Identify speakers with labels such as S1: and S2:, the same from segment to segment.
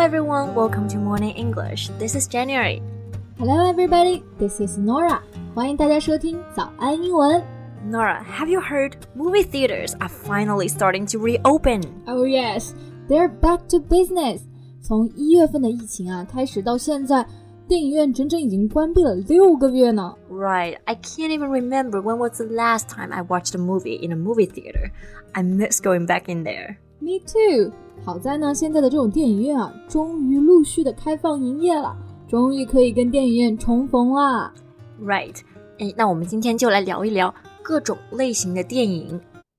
S1: everyone, welcome to Morning English. This is January.
S2: Hello, everybody. This is Nora. 欢迎大家收听早安英文。
S1: Nora, have you heard? Movie theaters are finally starting to reopen.
S2: Oh yes, they're back to business. 从一月份的疫情啊开始到现在，电影院整整已经关闭了六个月呢。
S1: Right, I can't even remember when was the last time I watched a movie in a movie theater. I miss going back in there.
S2: Me too。好在呢，现在的这种电影院啊，终于陆续的开放营业了，终于可以跟电影院重逢啦。
S1: Right，诶，那我们今天就来聊一聊各种类型的电影。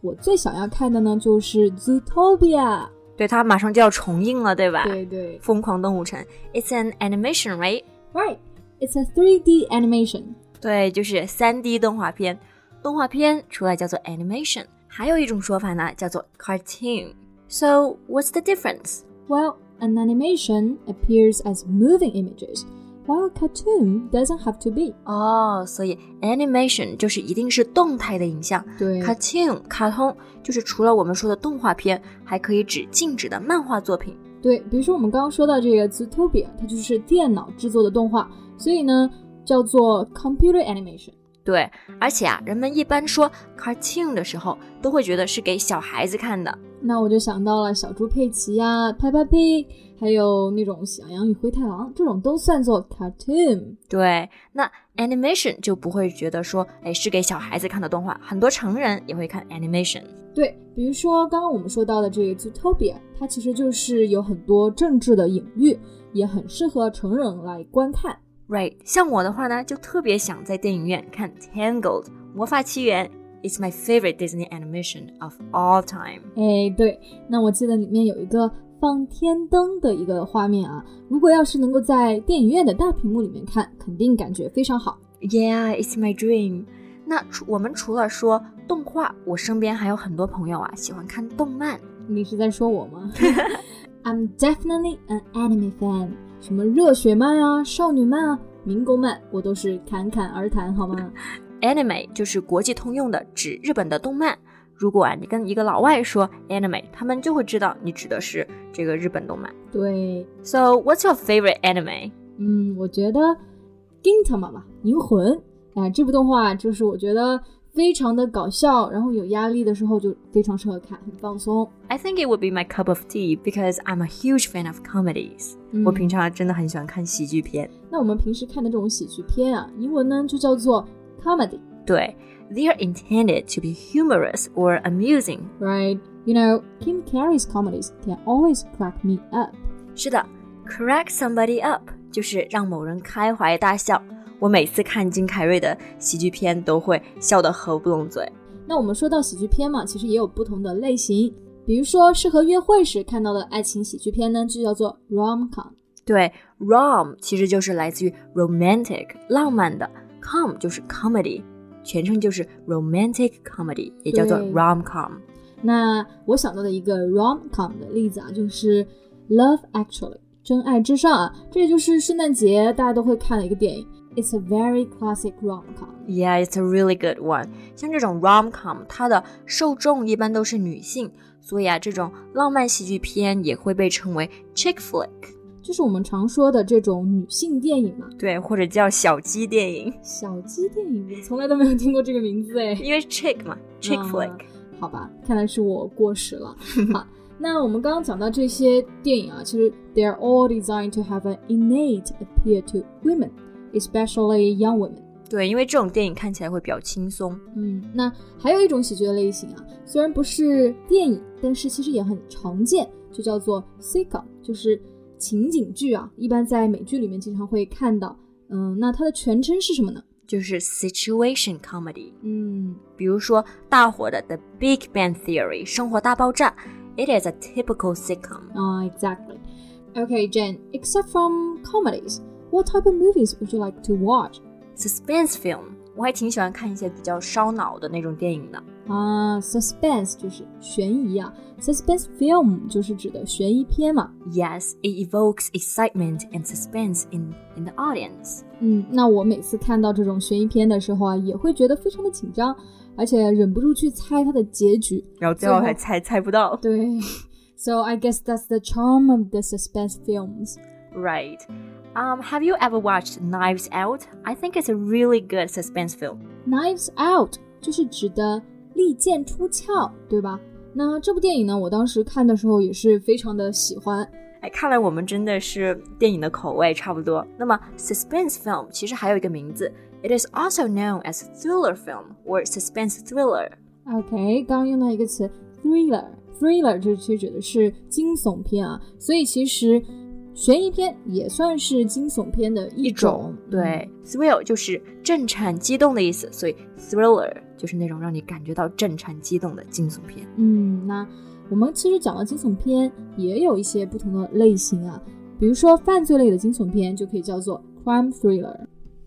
S2: 我最想要看的呢就是《Zootopia》。
S1: 对，它马上就要重映了，对吧？
S2: 对对
S1: 疯狂动物城，It's an animation, right？
S2: ，Right, it's a 3D animation.
S1: 对，就是3 D 动画片。动画片除了叫做 animation，还有一种说法呢，叫做 cartoon。So what's the difference？
S2: Well, an animation appears as moving images, while cartoon doesn't have to be.
S1: 哦，所以 animation 就是一定是动态的影像
S2: 对
S1: ，cartoon 卡通就是除了我们说的动画片，还可以指静止的漫画作品。
S2: 对，比如说我们刚刚说到这个 Zootopia，它就是电脑制作的动画，所以呢叫做 computer animation。
S1: 对，而且啊，人们一般说 cartoon 的时候，都会觉得是给小孩子看的。
S2: 那我就想到了小猪佩奇呀、Peppa Pig，还有那种小羊与灰太狼，这种都算作 cartoon。
S1: 对，那 animation 就不会觉得说，哎，是给小孩子看的动画，很多成人也会看 animation。
S2: 对，比如说刚刚我们说到的这个 Zootopia，它其实就是有很多政治的隐喻，也很适合成人来观看。
S1: Right，像我的话呢，就特别想在电影院看《Tangled》魔法奇缘，It's my favorite Disney animation of all time。
S2: 哎，对，那我记得里面有一个放天灯的一个画面啊，如果要是能够在电影院的大屏幕里面看，肯定感觉非常好。
S1: Yeah，it's my dream。那除我们除了说动画，我身边还有很多朋友啊喜欢看动漫。
S2: 你是在说我吗？I'm definitely an anime fan，什么热血漫啊、少女漫啊、民工漫，我都是侃侃而谈，好吗？
S1: Anime 就是国际通用的，指日本的动漫。如果啊你跟一个老外说 anime，他们就会知道你指的是这个日本动漫。
S2: 对，
S1: So what's your favorite anime？
S2: 嗯，我觉得《Gintama》吧，《银魂》啊、这部动画就是我觉得非常的搞笑，然后有压力的时候就非常适合看，很放松。
S1: I think it would be my cup of tea because I'm a huge fan of comedies、
S2: 嗯
S1: 我平常真的很喜欢看喜剧片。
S2: 那我们平时看的这种喜剧片啊，英文呢就叫做 comedy，right？
S1: 对，they are intended to be humorous or amusing。
S2: You know, Kim Carrey's comedies can always crack me up.
S1: 是的，crack somebody up 就是让某人开怀大笑。我每次看金凯瑞的喜剧片都会笑得合不拢嘴。
S2: 那我们说到喜剧片嘛，其实也有不同的类型，比如说适合约会时看到的爱情喜剧片呢，就叫做 rom com。
S1: 对，rom 其实就是来自于 romantic 浪漫的，com 就是 comedy，全称就是 romantic comedy，也叫做
S2: 对
S1: rom com。
S2: 那我想到的一个 rom com 的例子啊，就是《Love Actually》真爱至上啊，这就是圣诞节大家都会看的一个电影。It's a very classic rom com。
S1: Yeah, it's a really good one. 像这种 rom com，它的受众一般都是女性，所以啊，这种浪漫喜剧片也会被称为 chick flick，
S2: 就是我们常说的这种女性电影嘛，
S1: 对，或者叫小鸡电影，
S2: 小鸡电影，我从来都没有听过这个名字哎。
S1: 因为 chick 嘛，chick flick。
S2: 好吧，看来是我过时了。 好，那我们刚刚讲到这些电影啊，其实 they are all designed to have an innate appeal to women, especially young women。
S1: 对，因为这种电影看起来会比较轻松。
S2: 嗯，那还有一种喜剧的类型啊，虽然不是电影，但是其实也很常见，就叫做 sitcom，就是情景剧啊，一般在美剧里面经常会看到。嗯，那它的全称是什么呢？
S1: 就是 situation comedy，
S2: 嗯，
S1: 比如说大火的《The Big Bang Theory》生活大爆炸，It is a typical sitcom。
S2: Ah, exactly. Okay, Jen, except from comedies, What type of movies would you like to watch?
S1: Suspense film，我还挺喜欢看一些比较烧脑的那种电影的。
S2: 啊，suspense Ah, 就是悬疑啊，suspense film 就是指的悬疑片嘛。
S1: Yes, it evokes excitement and suspense in in the audience.
S2: 嗯，那我每次看到这种悬疑片的时候啊，也会觉得非常的紧张，而且忍不住去猜它的结局。
S1: 然后最后还猜猜不到。
S2: 对，So I guess that's the charm of the suspense films.
S1: Right. Um, have you ever watched Knives Out? I think it's a really good suspense film.
S2: Knives Out 就是指的利剑出鞘，对吧？那这部电影呢，我当时看的时候也是非常的喜欢。
S1: 哎，看来我们真的是电影的口味差不多。那么，suspense film 其实还有一个名字，it is also known as thriller film or suspense thriller。
S2: OK，刚刚用到一个词 thriller，thriller 这其实指的是惊悚片啊，所以其实悬疑片也算是惊悚片的一种。
S1: 对，thrill 就是震颤激动的意思，所以 thriller 就是那种让你感觉到震颤激动的惊悚片。
S2: 嗯，那我们其实讲到惊悚片，也有一些不同的类型啊，比如说犯罪类的惊悚片就可以叫做 crime thriller。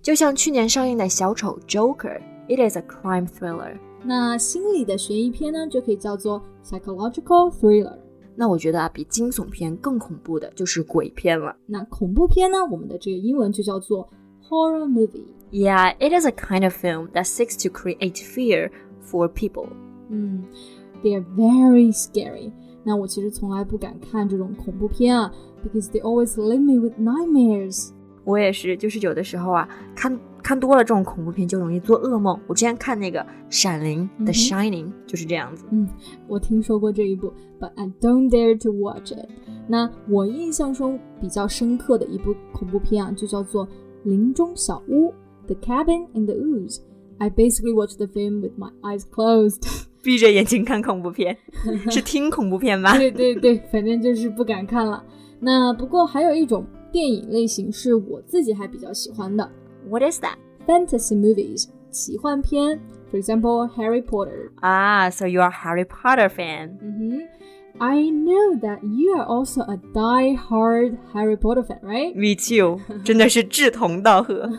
S1: 就像去年上映的小丑 Joker，it is a crime thriller。
S2: 那心理的悬疑片呢，就可以叫做 psychological thriller。
S1: 那我觉得啊，比惊悚片更恐怖的就是鬼片了。
S2: 那恐怖片呢，我们的这个英文就叫做 horror movie。
S1: Yeah, it is a kind of film that seeks to create fear for people.
S2: 嗯，they're very scary。那我其实从来不敢看这种恐怖片啊，because they always leave me with nightmares。
S1: 我也是，就是有的时候啊，看看多了这种恐怖片就容易做噩梦。我之前看那个《闪灵》The
S2: 嗯哼
S1: Shining》就是这样子。
S2: 我听说过这一部，but I don't dare to watch it。那我印象中比较深刻的一部恐怖片啊，就叫做《林中小屋》（The Cabin in the Woods）。I basically watched the film with my eyes closed 。
S1: 闭着眼睛看恐怖 片，是听恐怖片吧？
S2: 对对对，反正就是不敢看了。那不过还有一种电影类型是我自己还比较喜欢的
S1: What is that?
S2: ，fantasy movies 奇幻片，for example Harry Potter。
S1: Ah, so you are Harry Potter fan.
S2: 嗯哼，I know that you are also a die-hard Harry Potter fan, right?
S1: Me too，真的是志同道合。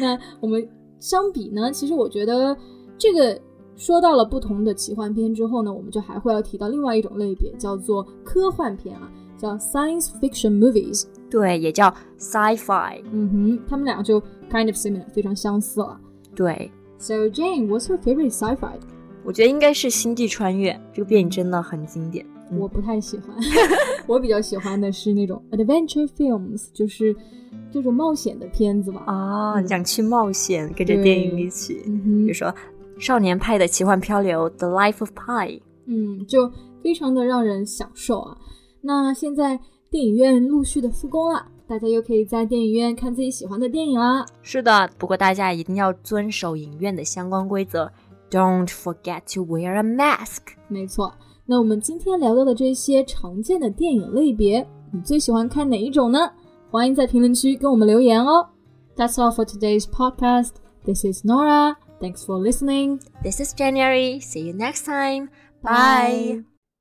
S2: 那我们相比呢，其实我觉得这个说到了不同的奇幻片之后呢，我们就还会要提到另外一种类别，叫做科幻片啊，叫 science fiction movies。
S1: 对，也叫 sci-fi。
S2: 嗯哼，他们俩就 kind of similar，非常相似了。
S1: 对，
S2: So Jane, what's your favorite sci-fi？、
S1: 我觉得应该是《星际穿越》这个电影真的很经典。嗯
S2: 我不太喜欢， 我比较喜欢的是那种 adventure films，就是这种冒险的片子吧。
S1: 啊，
S2: 嗯
S1: 你想去冒险，跟着
S2: 对
S1: 电影一起，
S2: 嗯
S1: 比
S2: 哼
S1: 如，说《少年派的奇幻漂流》《The Life of Pi》。
S2: 嗯，就非常的让人享受啊。那现在电影院陆续的复工了，大家又可以在电影院看自己喜欢的电影啦。
S1: 是的，不过大家一定要遵守影院的相关规则，Don't forget to wear a mask。
S2: 没错，那我们今天聊到的这些常见的电影类别，你最喜欢看哪一种呢？欢迎在评论区跟我们留言哦。That's all for today's podcast. This is Nora. Thanks for listening.
S1: This is January. See you next time. Bye.
S2: Bye.